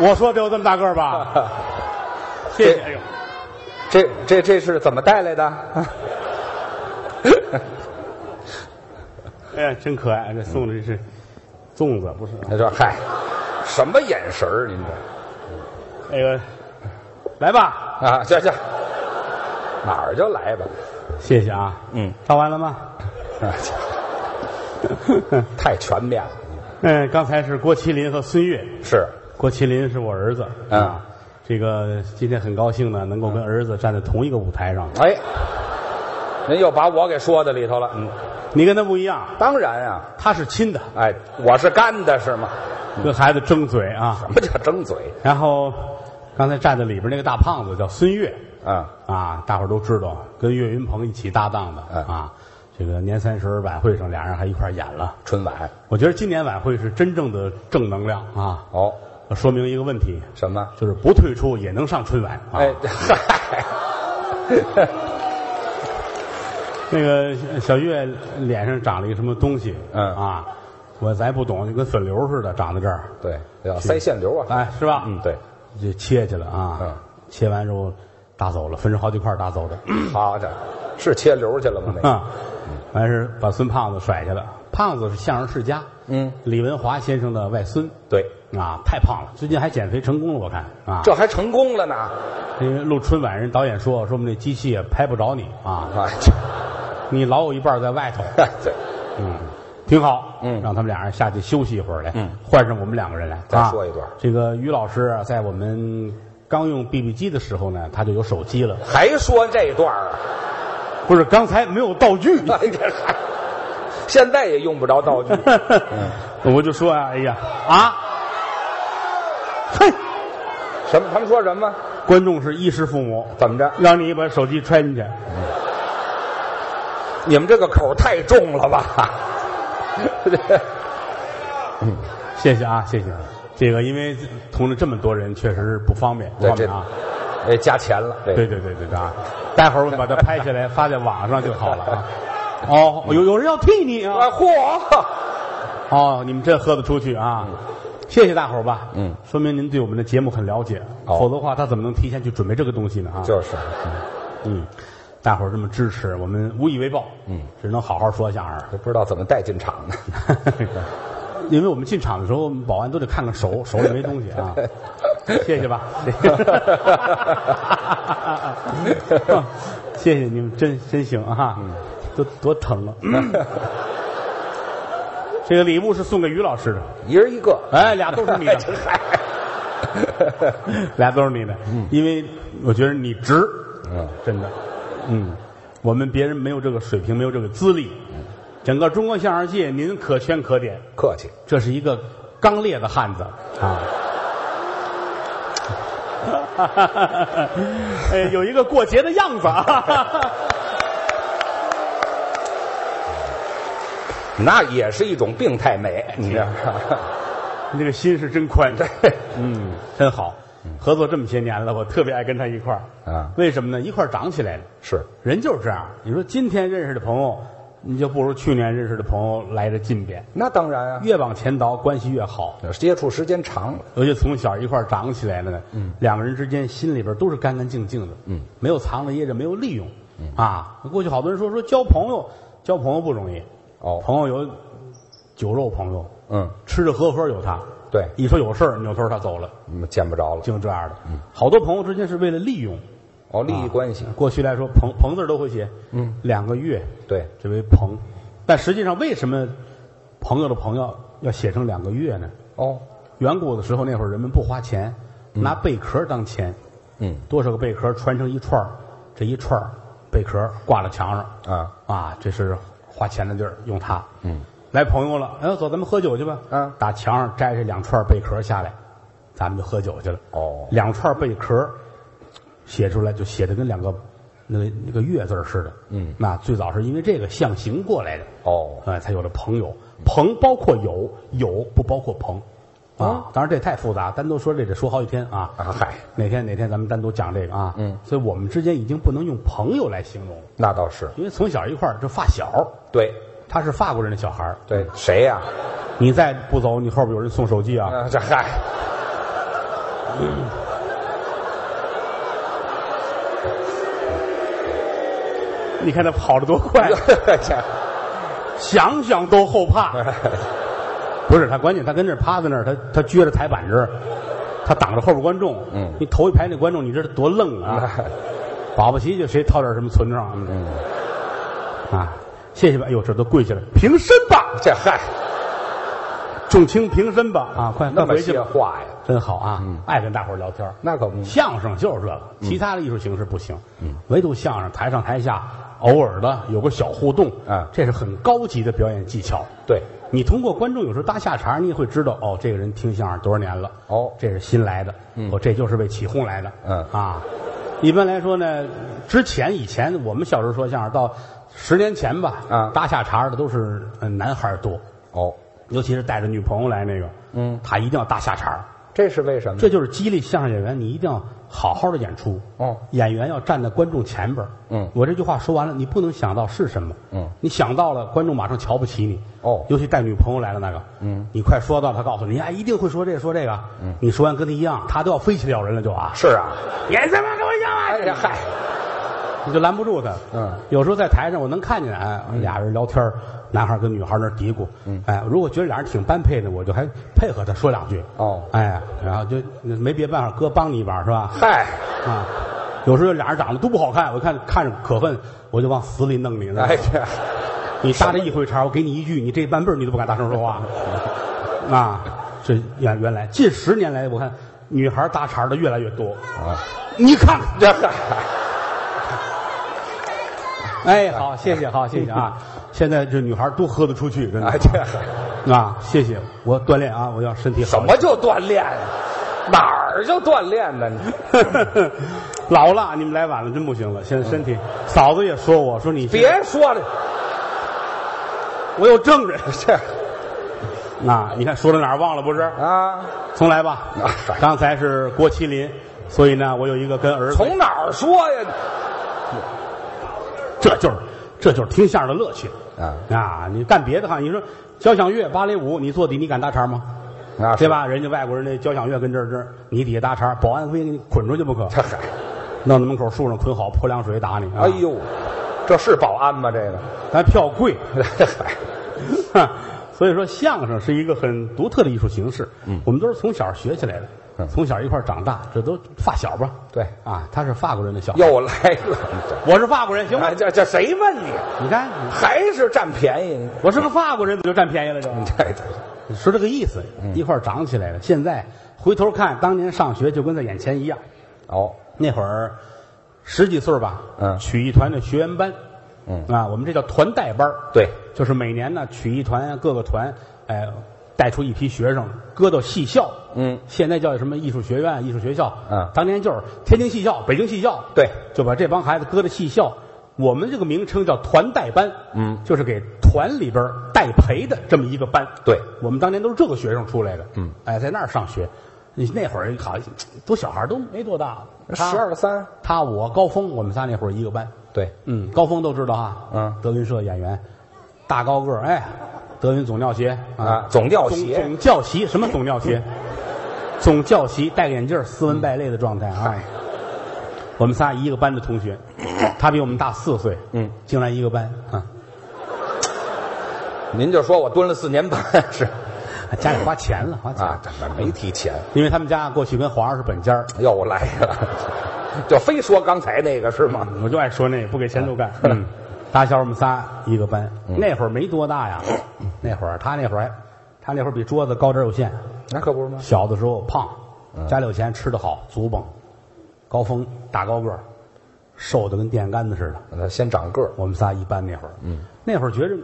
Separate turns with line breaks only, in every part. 我说得有这么大个儿吧？ 谢谢。哎呦，
这这这是怎么带来的？
哎呀，真可爱！这送的这是粽子，不是？啊
他说：“嗨，什么眼神儿？您这
那个，来吧，
啊，行行，哪儿就来吧。
谢谢啊。
嗯，
唱完了吗？
啊行太全面了，
嗯，刚才是郭麒麟和孙越。
是
郭麒麟是我儿子
嗯
啊，这个今天很高兴呢，能够跟儿子站在同一个舞台上。
哎，您又把我给说到里头了。嗯，
你跟他不一样，
当然啊，
他是亲的，
哎，我是干的是吗？
跟孩子争嘴啊。
什么叫争嘴
然后刚才站在里边那个大胖子叫孙越
啊？
啊，大伙儿都知道，跟岳云鹏一起搭档的
嗯
啊。这个年三十儿晚会上，俩人还一块儿演了。
春晚
我觉得今年晚会是真正的正能量啊！
哦，
说明一个问题，
什么？
就是不退出也能上春晚啊。
哎，嗨，
那个小月脸上长了一个什么东西？
嗯
啊，我咱也不懂，就跟粉瘤似的长在这儿，
对，要塞线流啊。
哎，是吧？
嗯，，对，
就切去了啊。
嗯，
切完之后打走了，分成好几块打走的。
好家伙，是切流去了吗？那个
啊，完事儿把孙胖子甩下了。胖子是相声世家，
嗯，
李文华先生的外孙
对，
啊，太胖了，最近还减肥成功了，我看啊。
这还成功了呢。
因为录春晚人导演说，说我们这机器也拍不着你啊，
啊，这
你老有一半在外头。
对，
嗯，挺好，
嗯
让他们俩人下去休息一会儿来，
嗯，
换上我们两个人来
再
啊
说一段
这个于老师啊，在我们刚用 BB 机的时候呢，他就有手机了，
还说这段儿啊？
不是刚才没有道具，
哎这还现在也用不着道具。
我就说啊，哎呀啊，嘿，
什么？他们说什么？
观众是衣食父母，
怎么着？
让你把手机揣进去，
你们这个口儿太重了吧？
谢谢啊，谢谢。这个因为同着这么多人，确实是不方便，不方
这这
便啊。
得哎加钱了。这
对对对对对啊！待会儿我们把它拍 下来发在网上就好了啊。哦，有有人要替你啊！
啊，嚯！嗯
哦，你们真喝得出去啊！谢谢大伙儿吧。
嗯，
说明您对我们的节目很了解，
哦
否则的话他怎么能提前去准备这个东西呢啊？
就是，
嗯，大伙儿这么支持，我们无以为报。
嗯，
只能好好说相声。
这不知道怎么带进场呢。
因为我们进场的时候，我们保安都得看看 手，手里没东西啊。谢谢吧， 谢谢你们，真真行啊，都多疼啊。这个礼物是送给于老师的，
一人一个，
哎，俩都是你
这
的，
嗨，
俩都是你的，因为我觉得你值，
嗯，
真的，嗯，我们别人没有这个水平，没有这个资历，整个中国相声界您可圈可点，
客气。
这是一个刚烈的汉子啊。 哎，有一个过节的样子啊！
那也是一种病态美， 你知道吗？
你这个心是真宽，
对，
嗯，真好。合作这么些年了，我特别爱跟他一块儿
啊
为什么呢？一块儿长起来了。
是
人就是这样。你说今天认识的朋友，你就不如去年认识的朋友来的近点。
那当然啊，
越往前倒，关系越好。
接触时间长了，
尤其从小一块儿长起来了呢，两个人之间心里边都是干干净净的，
嗯
没有藏着掖着，没有利用，啊，过去好多人说说交朋友，交朋友不容易，
哦，
朋友有酒肉朋友，
嗯，
吃吃喝喝有他，
对，
一说有事儿扭头他走了，
嗯见不着了，
净这样的，好多朋友之间是为了利用，啊
哦，利益关系，
过去来说朋朋字都会写，
嗯，
两个月
对，
这为朋，但实际上为什么朋友的朋友要写成两个月呢？
哦，
远古的时候，那会儿人们不花钱，拿贝壳当钱，
嗯
多少个贝壳穿成一串儿这一串儿贝壳挂到墙上，
啊，
啊，这是花钱的地儿，用它。
嗯，
来朋友了，哎呦，走，咱们喝酒去吧。
嗯
打墙上摘这两串贝壳下来，咱们就喝酒去了。
哦
两串贝壳写出来就写的跟两个那个那个月字儿似的。
嗯，
那最早是因为这个象形过来的。
哦，
哎，才有了朋友。朋包括友，友不包括朋，啊
啊，
当然这太复杂，单独说这得说好几天啊。
啊嗨，
哪天哪天咱们单独讲这个啊。
嗯，
所以我们之间已经不能用朋友来形容了，
那倒是，哦
因为从小一块儿就发小，
对
他是法国人的小孩儿
对，谁呀？
你再不走，你后边有人送手机啊。
啊，这嗨，嗯
你看他跑得多快，
哎
想想都后怕。
哎
不是他，关键他跟这儿趴在那儿，他他撅着台板这儿，他挡着后边观众。
嗯哎
你头一排那观众，你知道多愣啊！保不齐就谁掏点什么存着啊
嗯，
啊！谢谢吧，哎呦，这都跪下了，平身吧，
这嗨，
众卿平身吧啊！快快
那么
回去
些
吧，
话呀，
真好啊！爱跟大伙儿聊天儿。嗯
那可不。
相声就是这个，其他的艺术形式不行，唯独相声台上台下偶尔的有个小互动，
嗯
这是很高级的表演技巧。
对，
你通过观众有时候搭下茬，你也会知道哦，这个人听相声多少年了，
哦
这是新来的，哦，这就是为起哄来的，
嗯
啊。一般来说呢，之前以前我们小时候说相声，到十年前吧，
啊
搭下茬的都是呃男孩多，
哦，
尤其是带着女朋友来那个，
嗯，
他一定要搭下茬，
这是为什么？
这就是激励相声演员，你一定要好好的演出，
哦，
演员要站在观众前边儿
嗯
我这句话说完了，你不能想到是什么。
嗯
你想到了，观众马上瞧不起你。
哦
尤其带女朋友来的那个。
嗯，
你快说到，他告诉你，哎，一定会说这个说这个。嗯，你说完跟他一样，他都要飞起来咬人了，就啊，
是啊，
你他妈给我啊下来！
哎呀嗨，
你就拦不住他。
嗯，
有时候在台上我能看见，哎，俩人聊天儿，男孩跟女孩那儿嘀咕，嗯，哎，如果觉得俩人挺般配的，我就还配合他说两句。
哦
哎，然后就没别办法，哥帮你一把是吧？
嗨，
啊， 有时候俩人长得都不好看，我看看着可恨，我就往死里弄你。知道吗
哎呀，
你搭这一回茬，我给你一句，你这半辈儿你都不敢大声说话。 啊，这原原来近十年来，我看女孩搭茬的越来越多。
啊，
你看看，
这嗨，
哎，好，谢谢，好，谢谢啊！现在这女孩都喝得出去，真的
哎这嗨
啊！谢谢，我锻炼啊，我要身体好。
怎么？就锻炼啊？哪儿就锻炼呢？你
老了，你们来晚了，真不行了。现在身体，嫂子也说我说你，
嗯别说了，
我有证人。
这
啊，你看说到哪儿忘了不是？
啊，
重来吧
啊是。
刚才是郭麒麟，所以呢，我有一个跟儿子，
从哪儿说呀？
这就是这就是听相声的乐趣
啊
啊！你干别的哈，你说交响乐、芭蕾舞，你坐底你敢搭茬吗？
啊，
对？吧？人家外国人那交响乐跟这儿这儿，你底下搭茬，保安非给你捆出去不可，
这嗨，
啊弄到门口树上捆好，泼凉水打你。啊
哎，呦，这是保安吗？这个，
咱票贵，
这嗨，
哼所以说相声是一个很独特的艺术形式。嗯，我们都是从小学起来的，
嗯
从小一块儿长大，这都发小吧？
对
啊，他是法国人的小孩，
又来了。
我是法国人，行吗
哎，？这这谁问你？
你看，
还是占便宜？
我是个法国人，怎么就占便宜了就？嗯
你这这
是这个意思，一块儿长起来了。现在回头看，当年上学就跟在眼前一样。
哦，
那会儿十几岁吧，
嗯
曲艺团的学员班，
嗯
啊，我们这叫团带班儿
对，
就是每年呢，曲艺团啊各个团，哎，带出一批学生，搁到戏校，
嗯
现在叫什么艺术学院、艺术学校，
嗯
当年就是天津戏校、北京戏校，
对，
就把这帮孩子搁到戏校。我们这个名称叫团带班，
嗯
就是给团里边儿带培的这么一个班，
对，
我们当年都是这个学生出来的，
嗯，
哎，在那儿上学，你那会儿好，都小孩儿都没多大，他
十二，三，
他我高峰，我们仨那会儿一个班，
对，
嗯，高峰都知道哈，
嗯
德云社演员，大高个儿，哎，德云总教协
啊总教协
总总教习什么总教协， 总教习戴个眼镜儿，斯文败类的状态 啊。
哎
我们仨一个班的同 学，他比我们大四岁，
嗯，
竟然一个班 啊，
您就说我蹲了四年半是
家里花钱了，花钱
啊，这没提钱，
因为他们家过去跟皇上是本家儿
又来了， 就非说刚才那个是吗？
我就爱说那个，不给钱就干。嗯，打小我们仨一个班，那会儿没多大呀，那会儿他那会儿还，他那会儿比桌子高点儿有限。
嗯那可不是吗？
小的时候胖，家里有钱，吃的好，足蹦，高峰大高个儿，瘦的跟电杆子似的。
那先长个儿，
我们仨一班那会儿，嗯，那会儿觉着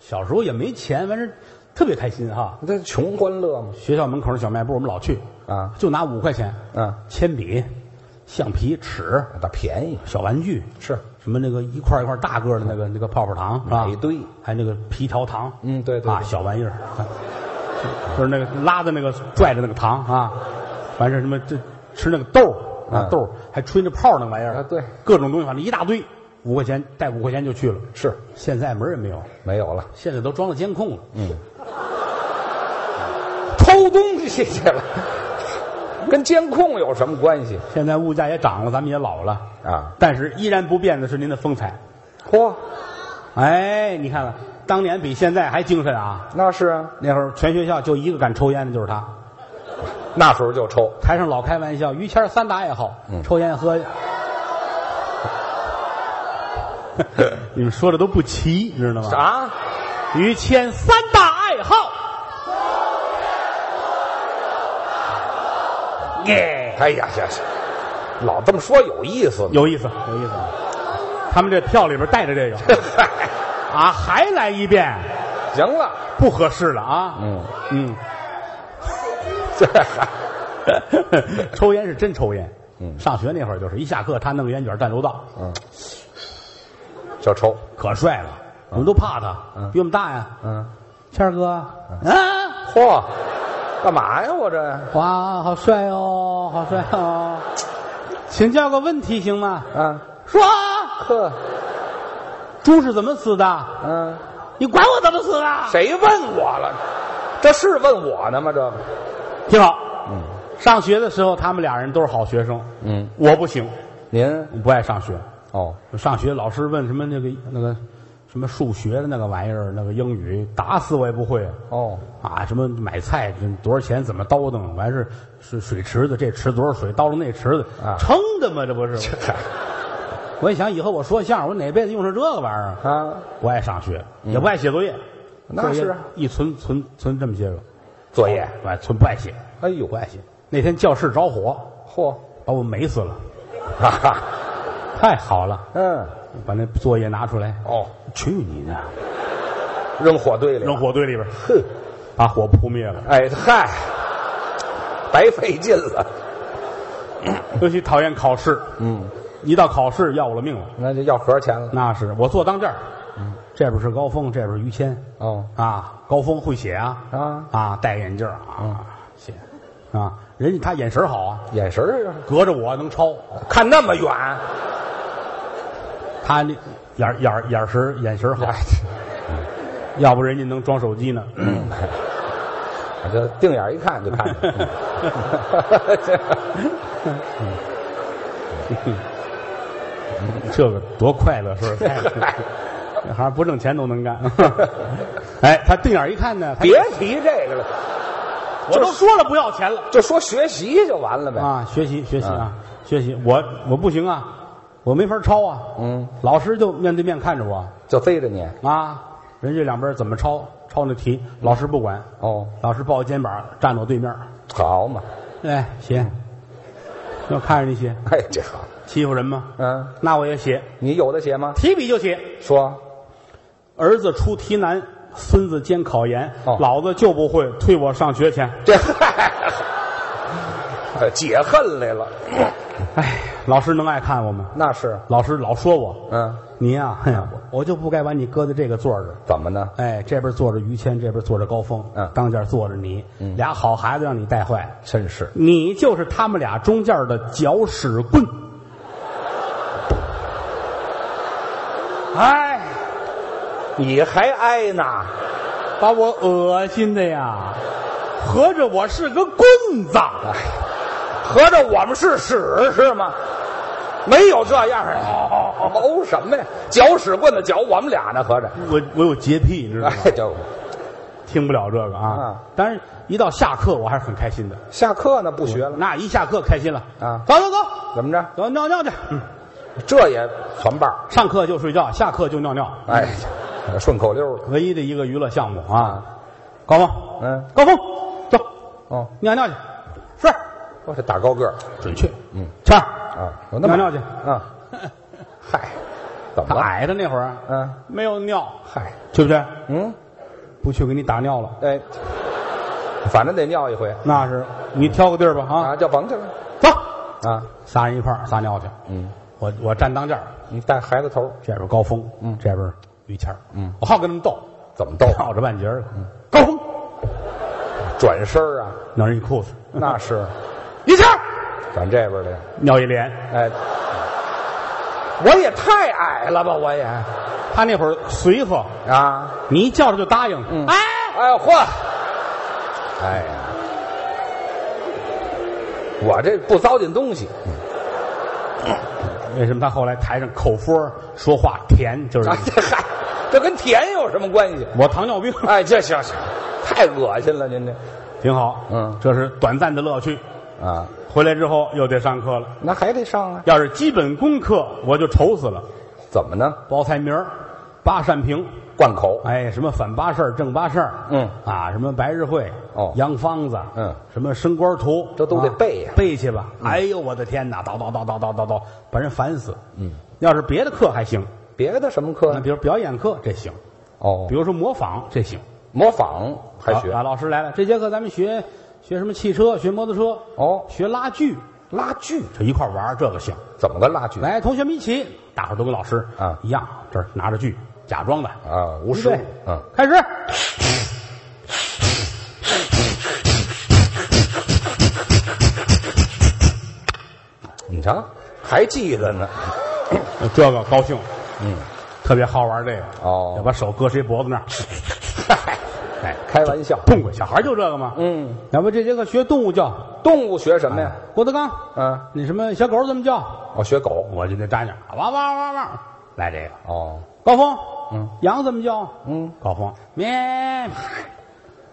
小时候也没钱，完事儿特别开心哈。
这穷欢乐嘛。
学校门口那小卖部我们老去
啊
就拿五块钱，
嗯，
铅笔、橡皮、尺、
那便宜
小玩具，
是，
什么那个一块一块大个儿的那个那个泡泡糖是吧？
买嗯一堆
还有那个皮条糖，
嗯对对
啊，
对
小玩意儿， 啊就是那个拉的那个拽着那个糖啊，完事儿什么这吃那个豆儿啊
嗯
豆儿还吹那泡儿那玩意儿
啊对，
各种东西反正一大堆，五块钱带五块钱就去了，
是
现在门儿也没有，
没有了，
现在都装了监
嗯
控了，
偷东西去了。 跟监控有什么关系
现在物价也涨了，咱们也老了，
啊？
但是依然不变的是您的风采。
嚯，
哎，你看看，当年比现在还精神啊！
那是啊，
那会儿全学校就一个敢抽烟的，就是他。
那时候就抽，
台上老开玩笑，于谦儿三打也好，
嗯
抽烟 喝。你们说的都不齐，你知道吗？
啊，
于谦三大爱好，耶，
哎呀呀，老这么说有意思呢。
有意思，有意思。他们这票里边带着这个
嗨
啊，还来一遍，
行了，
不合适了啊。
嗯，
嗯，
这 还
抽烟是真抽烟。
嗯
上学那会儿就是一下课，他弄个烟卷站楼道，
嗯，就抽，
可帅了，我们都怕他，
嗯
比我们大呀。
嗯，
谦儿哥，啊，
嚯，干嘛呀？我这
哇，好帅哦，好帅哦，请教个问题行吗？
啊，
说啊，
呵，
猪是怎么死的？
嗯，
你管我怎么死啊的？
谁问我了？这是问我呢吗？这个，
挺好。
嗯
上学的时候，他们俩人都是好学生，
嗯，
我不行，
您
我不爱上学。
哦，
上学老师问什么那个那个什么数学的那个玩意儿，那个英语，打死我也不会。
哦，
啊，什么买菜这多少钱，怎么叨叨，完事水水池子这池多少水，叨叨那池子
啊，
撑的嘛，这不是？
嗨
我一想以后我说相声，我哪辈子用上这个玩意儿？
啊，
不爱上学，也不爱写作业，
嗯那是啊
作业一存存存这么些个哎
作业，
不爱存不爱写，
哦哎呦
不，爱写。那天教室着火，
嚯，
把我美死了，
哈哈，
太好了，
嗯，
把那作业拿出来，
哦，
去你的，
扔火堆里，
扔火堆里边，
哼，
把火扑灭了。
哎嗨，白费劲了，
尤其讨厌考试，
嗯，
一到考试要我的命了。
那就要盒钱了，
那是我坐当间儿，这边是高峰，这边是于谦
哦
啊。高峰会写啊
啊，
啊，戴眼镜儿啊，写啊，人家他眼神好啊，
眼神儿啊
隔着我能抄，
看那么远，
他那眼儿眼儿眼神眼神好，嗯
哎，
要不人家能装手机呢。
我这定眼一看就看见了， 嗯
这个多快乐是不是？这行不挣钱都能干。 哎，他定眼一看呢，他
别提这个了，
我都说了不要钱了。
就说学习就完了呗，
啊，学习学习啊，学习，我我不行啊，我没法抄啊。
嗯，
老师就面对面看着我
就逮着你，
啊，人家两边怎么抄抄那题，老师不管，
哦，
老师抱我肩膀站我对面，
好嘛，
哎写，要看着你写，
哎，这好，
欺负人吗？
嗯，
那我也写，
你有的写吗？
提笔就写。
说，
儿子出题难，孙子监考研，
哦
老子就不会，退我上学前。
这呃解恨来了，
哎，老师能爱看我吗？
那是，
老师老说我，
嗯，
你呀、哎呀我我就不该把你搁在这个座儿上。
怎么呢？
哎，这边坐着于谦，这边坐着高峰，
嗯
当间坐着你，
嗯
俩好孩子让你带坏，
真是，
你就是他们俩中间的搅屎棍。哎，
你还挨呢？
把我恶心的呀！合着我是个棍子，
哎，合着我们是屎是吗？没有这样的，哦什么呀？搅屎棍子搅我们俩呢，合着，
我我有洁癖，你知道吗？
哎，就
听不了这个啊
啊。
但是，一到下课我还是很开心的。
下课呢，不学了，
那一下课开心了
啊
走走走，
怎么着？
走尿尿去。嗯，
这也团伴儿，
上课就睡觉，下课就尿尿。
哎，顺口溜了，
唯一的一个娱乐项目啊。高峰，
嗯，
高峰，走，
哦，
尿尿去。是，
我是打高个儿
准确。
嗯，
谦儿，
啊，我那
尿尿
么
去。
啊，嗨，怎么
他
了？
矮着那会儿啊
嗯，
没有尿，
嗨，
对不对？
嗯，
不去给你打尿了，
哎，反正得尿一回
那是你挑个地儿吧啊
啊，，就甭去了
走，
啊，
仨人一块儿撒尿去。
嗯，
我我站当间儿，
你带孩子头儿
这边高峰，
嗯
这边于谦儿，
嗯，
我好跟他们斗，嗯
怎么逗？
绕着半截儿了。高峰
转身儿啊，
尿人一裤子，
那是
于谦儿
转这边儿的。
尿一脸。
哎，我也太矮了吧，我也
他那会儿随和，
啊，
你一叫他就答应。哎，
哎嚯，哎呀，我这不糟践东 西，
为什么他后来台上口说说话甜，就是
哎这嗨，这跟甜有什么关系？
我糖尿病，
哎，这行行，太恶心了，您这
挺好。
嗯
这是短暂的乐趣。
啊，
回来之后又得上课了，
那还得上啊？
要是基本功课我就愁死了。
怎么呢？
报菜名儿八扇屏，
灌口
哎，什么反八事儿、正八事儿，
嗯
啊，什么白日会，
哦
洋方子，
嗯，
什么升官图，
这都得
啊
背呀嗯
背去吧。哎呦，我的天哪，叨叨叨叨叨叨叨，把人烦死。嗯，要是别的课还行，
别的什么课
那比如表演课这行，
嗯哦
比，如说模仿这行，
模仿还学
啊？老师来了，这节课咱们学学什么汽车，学摩托车，
哦
学拉锯，
拉锯，
这一块玩儿这个行。
怎么个拉锯
来，同学们一起，大伙儿都跟老师
啊
一样，这儿拿着锯，假装的
啊？无
不
实
是，
物，嗯，
开始。
你瞧还记得呢，
这个高兴，
嗯，
特别好玩这个
哦
要把手搁谁脖子那儿，哎，
开玩笑。
痛快，小孩就这个嘛，
嗯，
要不这节课学动物叫
动物学什么呀？啊
郭德纲，
嗯，
你什么小狗怎么叫？
我学狗。
啊我就得站那儿，汪汪汪汪，来这个
哦，
高峰，
嗯，
羊怎么叫？
嗯
高峰咩，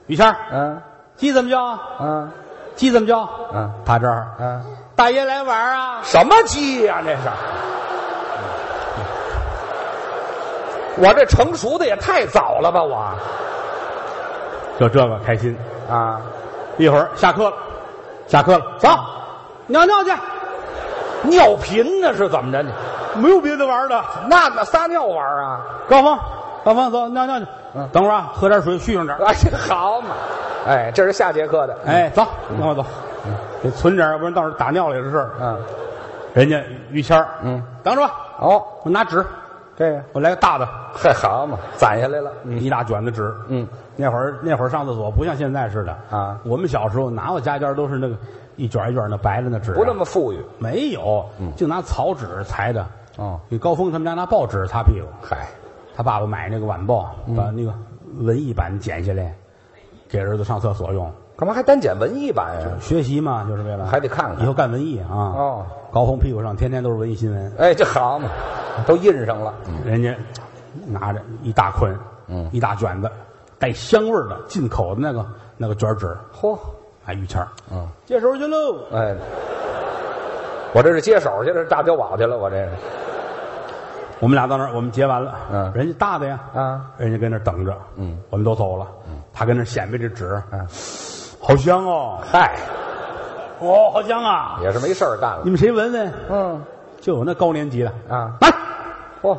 于谦儿，
嗯
鸡怎么叫？
嗯
鸡怎么叫？
嗯
他这儿，
嗯，
大爷来玩儿啊，
什么鸡呀、这是？嗯我这成熟的也太早了吧，我
就这个开心。
啊，
一会儿下课了，下课了，走，尿尿去。
尿频呢是怎么着呢？
没有别的玩儿的。
那那撒尿玩啊？
高峰，高峰，走，尿尿去。
嗯
等会儿啊，喝点水，续上点儿。
哎，好嘛，哎，这是下节课的，
哎，走，跟我走，得存点儿，要不然到时候打尿了也是事儿。
嗯
人家于谦儿，
嗯，
等着吧，
哦，
我拿纸，
这个，嗯
我来个大的，
嘿，好嘛，攒下来了，
一大卷的纸。
嗯，
那会儿那会儿上厕所不像现在似的
啊
我们小时候哪有家家都是那个一卷一卷的白的那纸啊、
不那么富裕，
没有，就拿草纸裁的。
哦，
那高峰他们家拿报纸擦屁股，
嗨，
他爸爸买那个晚报，
嗯
把那个文艺版剪下来，给儿子上厕所用。
干嘛还单捡文艺版呀、
学习嘛，就是为了
还得看
以
看
后干文艺啊。
哦，
高峰屁股上天天都是文艺新闻，
哎，这好嘛，都印上了，
人家拿着一大捆，
嗯
一大卷子，带香味儿的进口的那个那个卷纸，
嚯，
啊，于谦儿
嗯。
接手去喽。
哎，我这是接手去了，是大碉堡去了，我这是
我们俩到那儿，我们结完了，
嗯
人家大的呀，
啊，
人家跟那儿等着，
嗯，
我们都走了，嗯，他跟那儿显摆这纸，
嗯，
好香哦，
嗨，
哦，好香啊！
也是没事儿干了
你，们谁闻闻？
嗯，
就有那高年级的
啊，
来，
嚯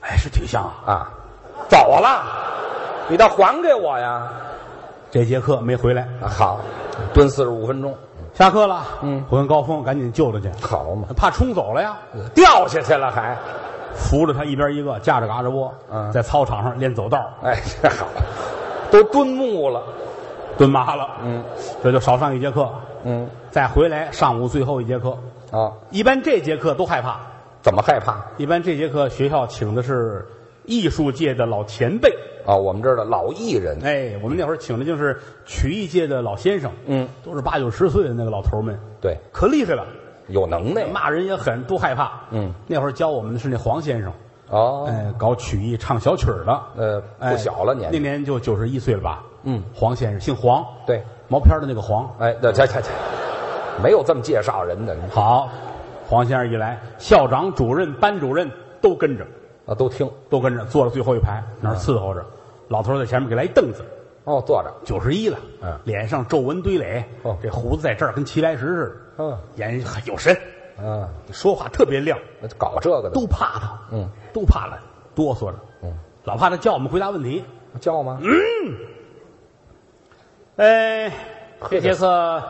哎，是挺香啊。
啊，走了，你倒还给我呀，
这节课没回来，
啊好，蹲四十五分钟，
下课了，
嗯
我跟高峰赶紧救他去，
好嘛，
怕冲走了呀，
掉下去了还，
扶着他一边一个，架着嘎着窝，
嗯
在操场上练走道，
哎，这好，都蹲木了，
蹲麻了，
嗯
这就少上一节课，
嗯，
再回来上午最后一节课，
啊，
一般这节课都害怕，
怎么害怕
一般这节课学校请的是艺术界的老前辈，
啊？我们这儿的老艺人，
哎，我们那会儿请的就是曲艺界的老先生，
嗯，
都是八九十岁的那个老头儿们，
对，
可厉害了，
有能耐，
骂人也狠，都害怕。
嗯，
那会儿教我们的是那黄先生，
哦，
哎，搞曲艺、唱小曲儿的，
呃，
哎
不小了年
那
纪，
年就九十一岁了吧？
嗯，
黄先生姓黄，
对。
毛片儿的那个黄。
哎，那这这这，没有这么介绍人的
好，黄先生一来，校长、主任、班主任都跟着，
啊，都听
都跟着坐到最后一排那
嗯
儿伺候着。老头儿在前面给来一凳子，
哦，坐着，
九十一了，
嗯
脸上皱纹堆垒，
哦
这胡子在这儿跟齐白石似的，
嗯
眼有神，
嗯，
说话特别亮，
那就搞这个的
都怕他，
嗯，
都怕他，哆嗦着，
嗯，
老怕他叫我们回答问题。
叫吗？
呃，
呵
这节课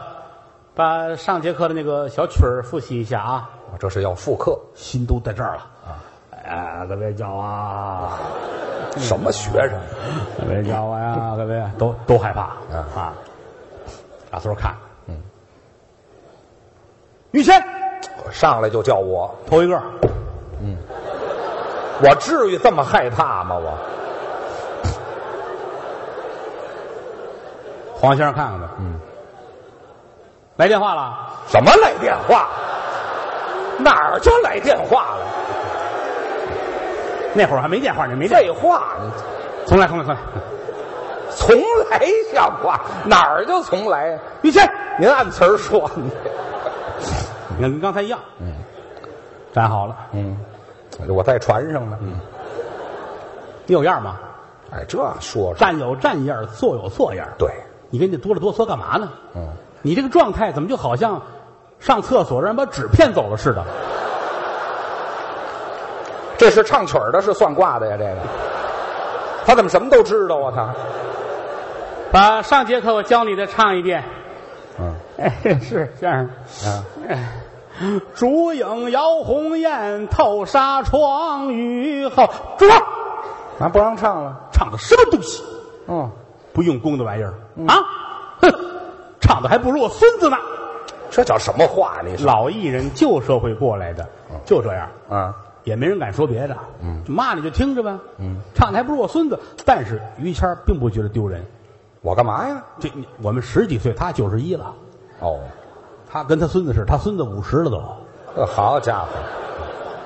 把上节课的那个小曲儿复习一下啊，
我这是要复刻
心都在这儿了啊。哎，各位叫 啊，
什么学生？
各位叫我呀，各位都都害怕
嗯
啊。老头儿看，嗯，于谦
上来就叫我，
头一个，
我至于这么害怕吗？我
黄先生看看他，嗯，来电话了，
什么来电话？哪儿就来电话了？
那会儿还没电话呢，没电
废话，
话，重来，重来，重来，
从来像话？哪儿就从来？
于谦，
您按词儿说。
你看跟刚才一样，嗯，站好了，
嗯，我在船上呢。嗯，
你有样吗？
哎，这说说
站有站样，坐有坐样。
对，
你跟这哆了哆嗦干嘛呢？
嗯，
你这个状态怎么就好像上厕所让人把纸骗走了似的？
这是唱曲儿的，是算卦的呀？这个，他怎么什么都知道啊？他，
把上节课我教你的唱一遍。
嗯
哎，是这样。
啊，
烛影摇红雁，透纱窗，雨后。住口！
咱不让唱了。
唱的什么东西？
嗯，
不用功的玩意儿、啊！哼，唱的还不如我孙子呢。
这叫什么话？你说
老艺人旧社会过来的，就这样，
啊？
也没人敢说别的。嗯，骂你就听着呗。嗯，唱的还不如我孙子。但是于谦儿并不觉得丢人。
我干嘛呀？
这你我们十几岁，他九十一了，
哦，
他跟他孙子似的，他孙子五十了都
这呃好家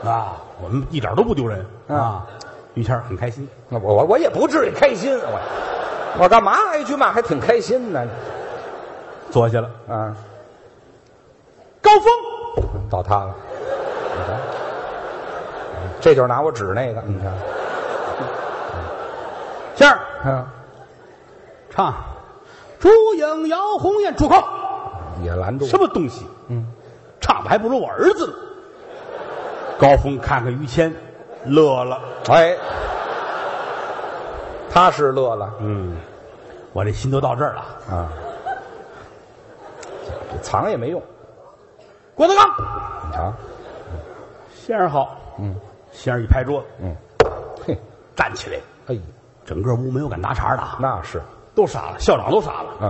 伙，
啊，我们一点都不丢人啊。于谦儿很开心，
那我我我也不至于开心，我我干嘛挨句骂还挺开心呢？
坐下了。
啊，
高峰，
到他了，你看，这就是拿我指那个，嗯你看，
谦儿
嗯，
唱《烛影摇红雁》，住口！
也拦住
什么东西？
嗯，
唱的还不如我儿子呢。高峰看看于谦，乐了。
哎，他是乐了
嗯，我这心都到这儿了。
啊，这藏也没用，啊
郭德纲
你瞧，
先生好，
嗯
先生一拍桌子
嗯，嘿，
站起来，
哎，
整个屋没有敢搭茬的啊，
那是，
都傻了，校长都傻了
嗯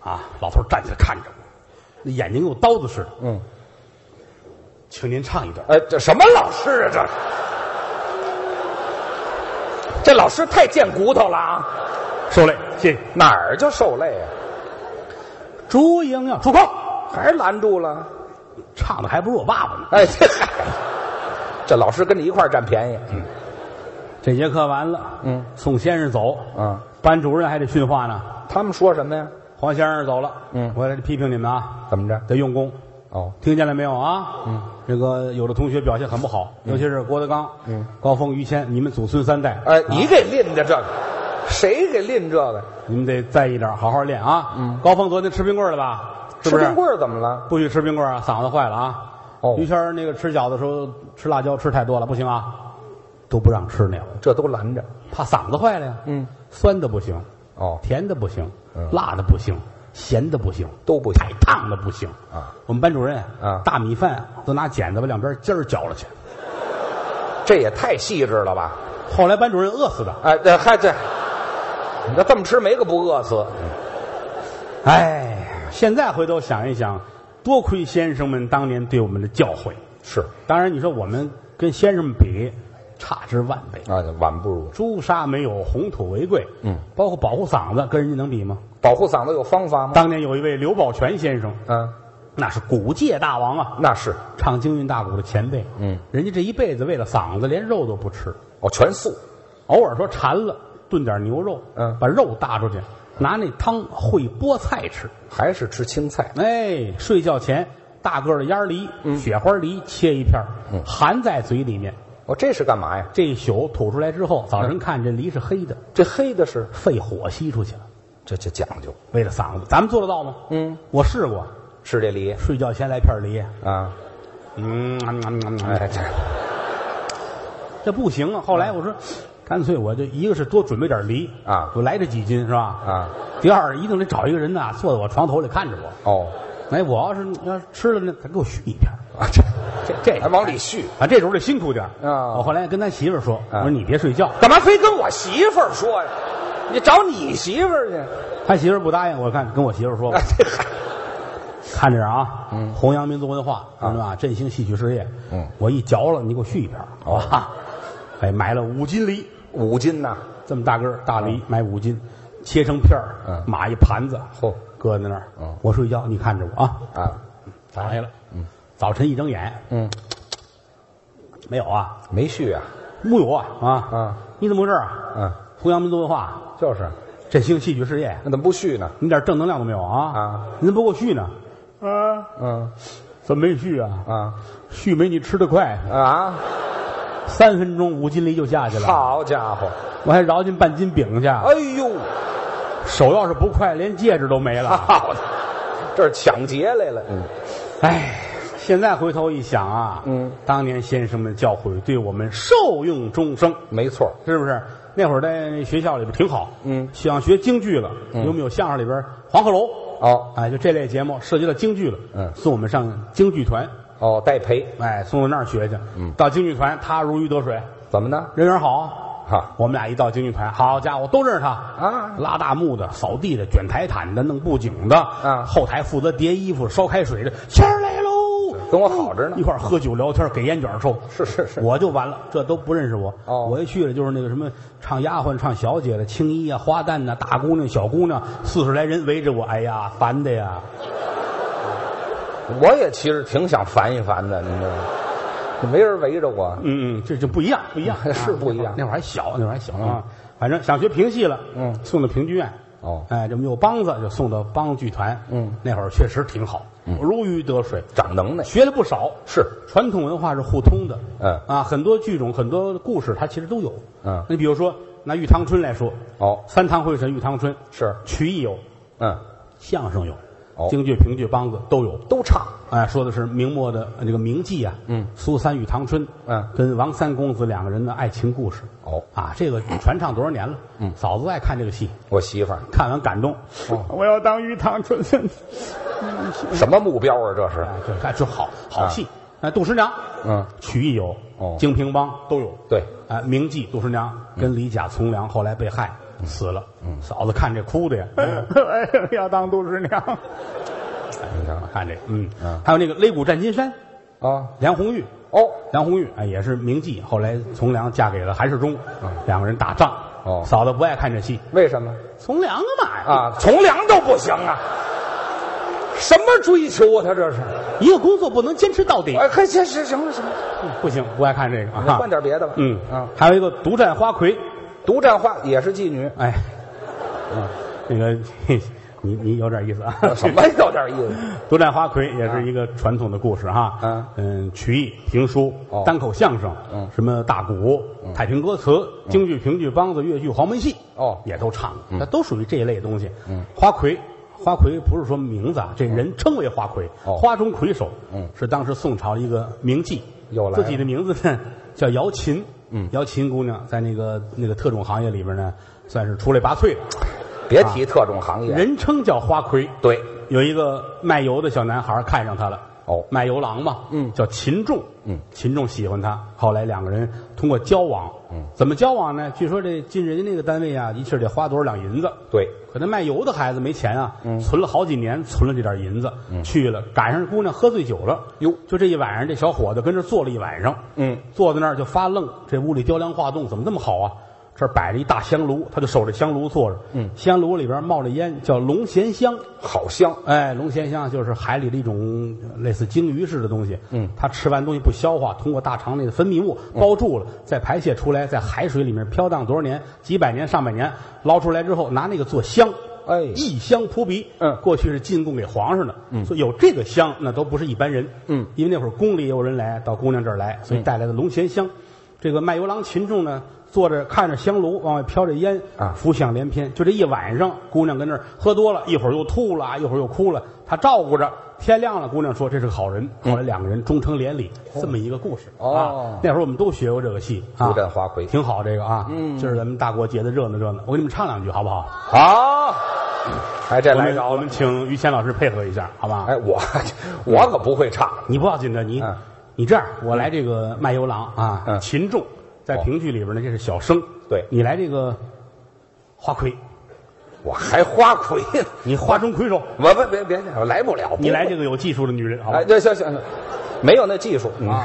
啊！老头站起来看着我，那眼睛跟我刀子似的，
嗯，
请您唱一段。
哎，这什么老师啊？这这老师太贱骨头了啊！
受累，谢谢。
哪儿就受累啊？
烛影啊，住口！
还是拦住了？
唱的还不如我爸爸呢。
哎， 这这老师跟你一块儿占便宜。嗯
这节课完了，
嗯，
送先生走，
啊，
班主任还得训话呢。
他们说什么呀？
黄先生走了，
嗯
我来批评你们啊，
怎么着？
得用功，
哦，
听见了没有啊？嗯，这个有的同学表现很不好，尤其是郭德纲、
嗯，
高峰、于谦，你们祖孙三代，
哎，
啊
你给拎的这个，谁给拎这个？
你们得在意点，好好练啊。嗯，高峰昨天吃冰棍儿了吧？是
吃
不是
冰棍儿怎么了？
不许吃冰棍儿啊，嗓子坏了啊。
哦
于谦儿那个吃饺子的时候吃辣椒吃太多了，不行啊，都不让吃那个，
这都拦着。
怕嗓子坏了呀。
嗯，
酸的不行，
哦，
甜的不行，
嗯
辣的不行，咸的不行，
都不行
太烫的不行
啊！
我们班主任
啊
大米饭都拿剪子把两边尖儿绞了去。
这也太细致了吧？
后来班主任饿死的，
哎，这还这，那这么吃没个不饿死。
哎，现在回头想一想，多亏先生们当年对我们的教诲。
是
当然，你说我们跟先生们比，差之万倍。
啊，晚不如
朱砂没有，红土为贵。
嗯，
包括保护嗓子，跟人家能比吗？
保护嗓子有方法吗？
当年有一位刘宝全先生，
嗯，
那是古界大王啊，
那是
唱京韵大鼓的前辈。
嗯，
人家这一辈子为了嗓子连肉都不吃，
哦，全素
偶尔说馋了炖点牛肉，
嗯
把肉搭出去，拿那汤烩菠菜吃。
还是吃青菜？
哎，睡觉前大个儿的鸭梨、
嗯
雪花梨切一片儿，含在嘴里面。
哦，这是干嘛呀？
这一宿吐出来之后，早晨看这梨是黑的，
这黑的是
肺火吸出去了。
这就讲究，
为了嗓子，咱们做得到吗？
嗯，
我试过，
吃这梨
睡觉前来片梨，
啊，
嗯，
哎，这
这不行啊！后来我说，干脆我就一个是多准备点梨
啊
我来这几斤是吧？
啊，
第二一定得找一个人呐，坐在我床头里看着我。
哦
哎，我要是要是吃了呢，他给我续一片儿。
啊，这
这这
还往里续，
啊，这时候就辛苦点儿
啊
我后来跟他媳妇儿说，我
啊
说你别睡觉，
干嘛非跟我媳妇儿说呀？你找你媳妇儿去？
他媳妇儿不答应。我看跟我媳妇儿说吧
哎，， 这嗨
看着点儿啊，弘扬民族文化，咱们啊振兴戏曲事业。
嗯，哦
我一嚼了，你给我续一片儿，好 吧？哎，买了五斤梨，
五斤呐，
这么大个儿大梨，买五斤，切成片儿
嗯，
码一盘子，
嚯，
搁搁在那儿
哦。
我睡觉，你看着我啊。
啊，
早来了，嗯，早晨一睁眼，
嗯，
没有啊，
没续啊，
木有啊啊
啊！
你怎么回事啊？
嗯，
弘扬民族文化，
就是，
振兴戏剧事业，
那怎么不续呢？
你点正能量都没有啊？
嗯啊，
你怎么不给我续呢？啊，
嗯
怎么没续啊？
啊
续没你吃的快，
啊！
三分钟五斤梨就下去了，
好家伙，
我还饶进半斤饼去。
哎呦，
手要是不快，连戒指都没了。
好的，这是抢劫来了。嗯
哎，现在回头一想啊，
嗯，
当年先生们教诲对我们受用终生，
没错，
是不是？那会儿在学校里边挺好，
嗯
想学京剧了，有没有相声里边黄鹤楼？
哦
哎，就这类节目涉及到京剧了，
嗯
送我们上京剧团，
哦，戴培
哎，送到那儿学去，嗯，到京剧团他如鱼得水，
怎么呢？
人缘好。
哈
我们俩一到京剧团，好家伙，都认识他
啊
拉大幕的、扫地的、卷台毯的、弄布景的，
嗯
后台负责叠衣服、烧开水的，谦儿来喽，
跟我好着呢
一块儿喝酒聊天，给烟卷抽，
是是是
我就完了，这都不认识我。
哦
我一去了就是那个什么唱丫鬟、唱小姐的、青衣啊、花旦呐、大姑娘、小姑娘，四十来人围着我，哎呀，烦的呀！
我也其实挺想烦一烦的，你知道吗？没人围着我，
嗯，嗯，这这不一样，不一样，
嗯 是不一样
那会儿还小，那会儿还小啊。反正想学评戏了，
嗯
送到评剧院。
哦
哎，这么有梆子就送到梆子剧团。
嗯，
那会儿确实挺好，如鱼得水，
长能耐
学了不少。
是
传统文化是互通的。
嗯
啊，很多剧种、很多故事，它其实都有。
嗯
你比如说拿《玉堂春》来说，
哦
三堂会审《玉堂春》
是
曲艺有，
嗯，
相声有，
哦
京剧、评剧、梆子都有。
都唱
哎，说的是明末的呃这个名妓啊，
嗯
苏三与唐春，
嗯
跟王三公子两个人的爱情故事。
哦
啊，这个传唱多少年了？嗯，嫂子爱看这个戏，
我媳妇儿
看完感动，
哦
我要当玉堂春。
什么目标啊？这是
哎，这这好好戏。哎，杜十娘，
嗯
曲艺有，
啊哦嗯
京评梆都有。
对
哎，名妓杜十娘跟李甲从良后来被害
嗯
死了，嫂子看这哭的呀， 哎要当杜十娘。
你看看
看这个，嗯
嗯，
还有那个擂鼓战金山，
啊
梁红玉，
哦
梁红玉啊，也是名妓，后来从良嫁给了韩世忠，两个人打仗。
哦
嫂子不爱看这戏，
为什么
从良干嘛呀？
啊？从良都不行啊！什么追求啊？他这是
一个工作不能坚持到底，
哎，可行行行了行了，
不行，不爱看这个啊。
换点别的吧。
嗯
啊，
还有一个独占花魁，
独占花也是妓女，
哎，嗯，那个 你你有点意思啊。
什么有点意思？
独占花魁也是一
啊
个传统的故事哈。
嗯
嗯，曲艺、评书
哦、
单口相声，
嗯
什么大鼓、太平歌词、京剧、评剧、梆子、越剧、黄门戏，
哦
也都唱，那都属于这一类东西。嗯，花魁。花魁不是说名字啊，这人称为花魁，
嗯哦
花中魁首，
嗯
是当时宋朝一个名妓，
又来了
自己的名字呢叫姚琴，嗯，姚琴姑娘在那个那个特种行业里边呢，算是出类拔萃的，
别提特种行业，
人称叫花魁，
对，
有一个卖油的小男孩看上她了。
哦
卖油郎嘛，
嗯
叫秦仲，
嗯，
秦仲喜欢她。后来两个人通过交往，嗯，怎么交往呢？据说这进人家那个单位啊，一气儿得花多少两银子。
对，
可那卖油的孩子没钱啊，
嗯
存了好几年，存了这点银子，去了，赶上姑娘喝醉酒了，
哟
就这一晚上，这小伙子跟这坐了一晚上，
嗯，
坐在那儿就发愣，这屋里雕梁画栋，怎么那么好啊？这儿摆着一大香炉，他就守着香炉坐着，嗯，香炉里边冒着烟，叫龙涎香，
好香，
哎，龙涎香就是海里的一种类似鲸鱼似的东西。嗯，它吃完东西不消化，通过大肠内的分泌物包住了，再排泄出来，在海水里面飘荡多少年，几百年、上百年，捞出来之后拿那个做香。
哎
异香扑鼻。
嗯
过去是进贡给皇上的，嗯，所以有这个香，那都不是一般人。
嗯，
因为那会儿宫里也有人来，到姑娘这儿来，所以带来的龙涎香。这个卖油郎秦仲呢，坐着看着香炉往外飘着烟
啊
浮想联翩。就这一晚上，姑娘跟那儿喝多了，一会儿又吐了，一会儿又哭了，他照顾着。天亮了，姑娘说这是个好人。后来两个人终成连理，这么一个故事
嗯哦
啊。那会儿我们都学过这个戏啊，
独占花魁
挺好这个啊。嗯，今儿咱们大过节的热闹热闹，我给你们唱两句好不好？
好，哎，这
我
来
们
着
我
了，
们请于谦老师配合一下，好吧？
哎，我我可不会唱，
你不要紧的，你、
嗯
你这样，我来这个卖油郎啊，
嗯
秦仲在评剧里边呢，这是小生，
对
你来这个花魁，
我还花魁呢，
你花中魁首，
我不别别，我来不了，不
你来
会
这个有技术的女人，好
哎
吧？
哎，对，行行，行没有那技术啊，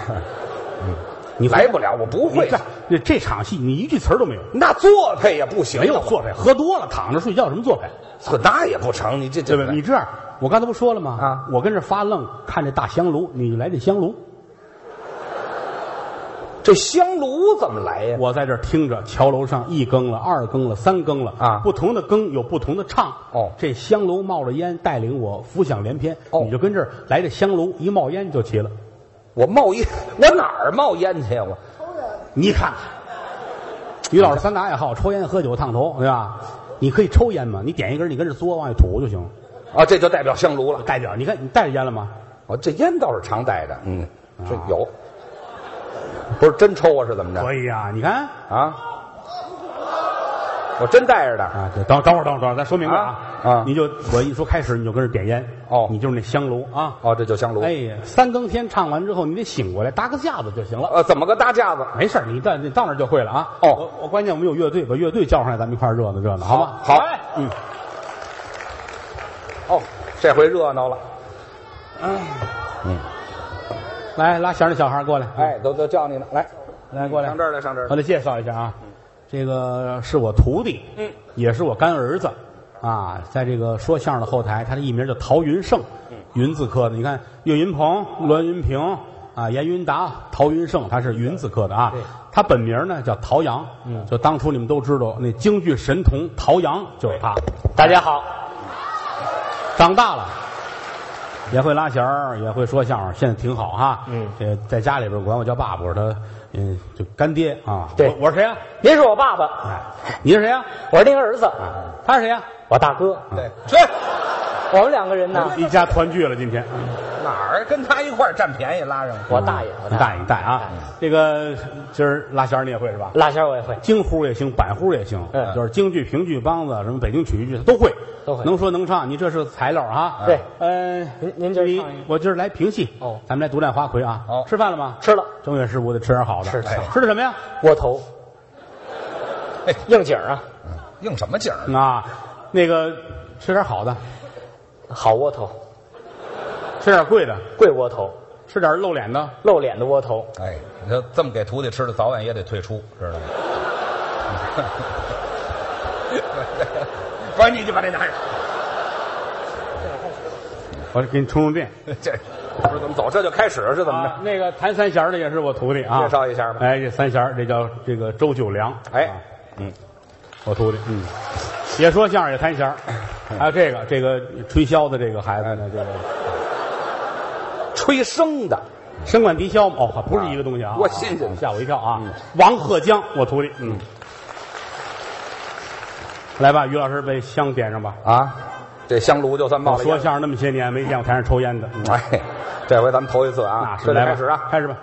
你
来不了，我不
嗯你
会
这，这这场戏你一句词儿都没有，
那做派也不行，
没有作派，喝多了躺着睡觉有什么作派？
这那也不成，你这
对
这
吧？你这样，我刚才不说了吗？
啊，
我跟这发愣，看这大香炉，你来这香炉，
这香炉怎么来呀？
我在这儿听着，桥楼上一更了，二更了，三更了
啊
不同的更有不同的唱。
哦
这香炉冒着烟，带领我浮想联翩。
哦
你就跟这儿来这香炉，一冒烟就齐了。
我冒烟，我哪儿冒烟去呀？我
你看看，于老师三大爱好：抽烟、喝酒、烫头，对吧？你可以抽烟吗？你点一根，你跟着嘬往外吐就行了。
啊，这就代表香炉了。
代表，你看你带着烟了吗？
我这烟倒是常带的，嗯，这有，不是真抽啊？是怎么着
可以呀、你看
啊？我真带着的，
啊，对等等会儿，等会儿，等会儿，咱说明白
啊啊
你就我一说开始，你就跟着点烟
哦
你就是那香炉啊。
哦，这就香炉。
哎，三更天唱完之后，你得醒过来搭个架子就行了。
呃，怎么个搭架子？
没事儿，你到你到那儿就会了啊。
哦
我我关键我们有乐队，把乐队叫上来，咱们一块儿热闹热闹，好吗？
好
哎嗯，
哦，这回热闹了，
来拉弦儿的小孩儿过来，
哎，都都叫你呢，来，
来过来
上这儿来，上这儿
我
来。
得介绍一下啊，这个是我徒弟，
嗯，
也是我干儿子，啊，在这个说相声的后台，他的艺名叫陶云胜，
嗯
云字科的。你看岳云鹏、栾云平啊、严云达、陶云胜，他是云字科的啊
对。
他本名呢叫陶阳，嗯，就当初你们都知道那京剧神童陶阳就是他。大家好，长大了。也会拉弦儿，也会说相声，现在挺好哈。
嗯
这在家里边管我叫爸爸，我说他，嗯，就干爹啊。
对
我我是谁呀、
您是我爸爸，
啊
哎，你是谁呀、
我是您儿子，啊
他是谁啊呀、
我大哥。啊对，去，我们两个人
一家团聚了，今天。
哪儿跟他一块儿占便宜拉上
我大爷，我
你
大
大
爷
爷，你大爷啊！这个今儿拉弦儿你也会是吧？
拉弦我也会，
京胡也行，板胡也行，
嗯
就是京剧、评剧、梆子，什么北京曲艺剧，他都会，
都会
能说能唱。你这是材料啊？
对
呃，
您您今儿
你
唱一个
我今儿来评戏，
哦
咱们来独占花魁啊！
好
吃饭了吗？
吃了
正月十五得吃点好的，
吃吃
哎吃的什么呀？
窝头
哎，
应景啊，
应什么景儿？
啊，那个吃点好的，
好窝头，
吃点贵的，
贵窝头，
吃点露脸的，
露脸的窝头，
哎，你说这么给徒弟吃的，早晚也得退出，知道吗？不是，你就把这拿上。
我给你充充电。
这不是怎么走？这就开始是怎么
啊
着？，
那个弹三弦儿的也是我徒弟啊，
介绍一下吧
哎，这三弦儿这叫这个周九良，
哎
啊嗯，我徒弟，嗯，也说相声也弹弦 儿，还有这个这个吹箫的这个孩子呢，这个
吹笙的，
笙管笛箫嘛，哦，不是一个东西啊，
多新鲜
吓我一跳啊！王鹤江，我徒弟，嗯，来吧，于老师，把香点上吧。
啊，这香炉就算冒
我
了
说
烟。
相声那么些年，没见过台上抽烟的，嗯
哎，这回咱们头一次啊
那，是
这就
来吧
开始啊，
开始吧。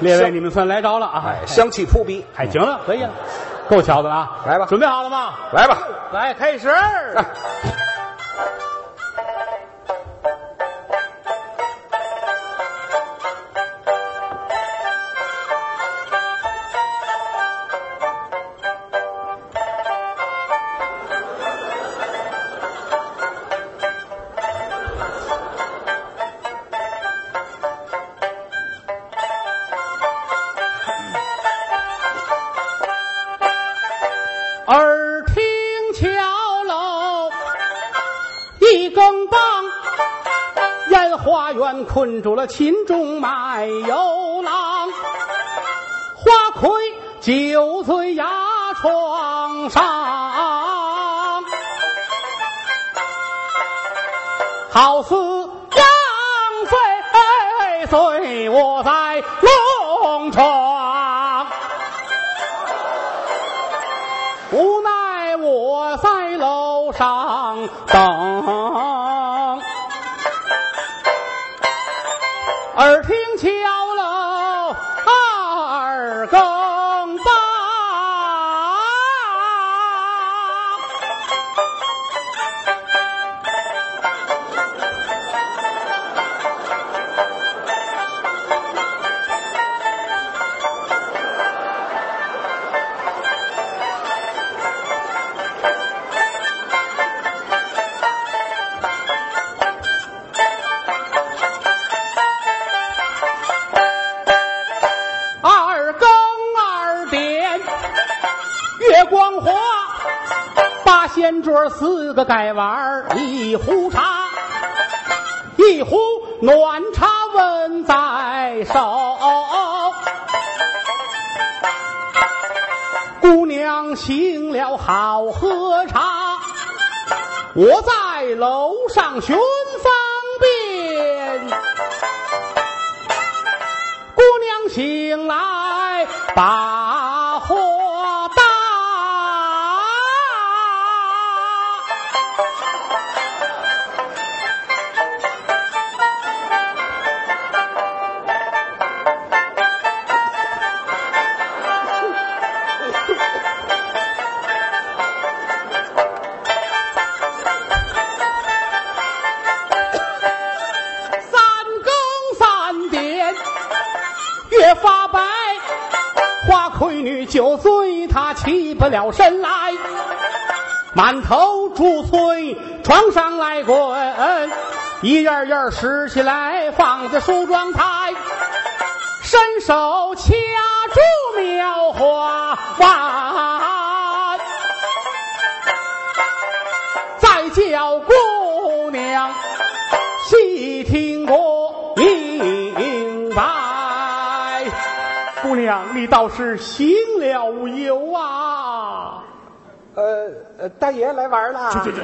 列位，
行
你们算来着了啊！
哎，香气扑鼻，
还行了，可以了，够巧的了啊！
来吧
准备好了吗？
来吧，
来，开 始。
哎
耳听桥楼一更棒，烟花园困住了秦中卖油郎，花魁酒醉牙床上，好似杨妃随我在龙床。无奈我在楼上等，耳听敲楼二更半，仙桌四个盖碗儿，一壶茶，一壶暖茶温在手。姑娘醒了好喝茶，我在楼上寻方便。姑娘醒来把火打，三更三点越发白，花魁女酒醉，她起不了身来，满头珠翠床上来滚，一页页拾起来放在梳妆台，伸手掐住描花碗，再叫姑娘。细听我明白，姑娘，你倒是行了无忧啊！
呃，呃大爷来玩啦！
这这，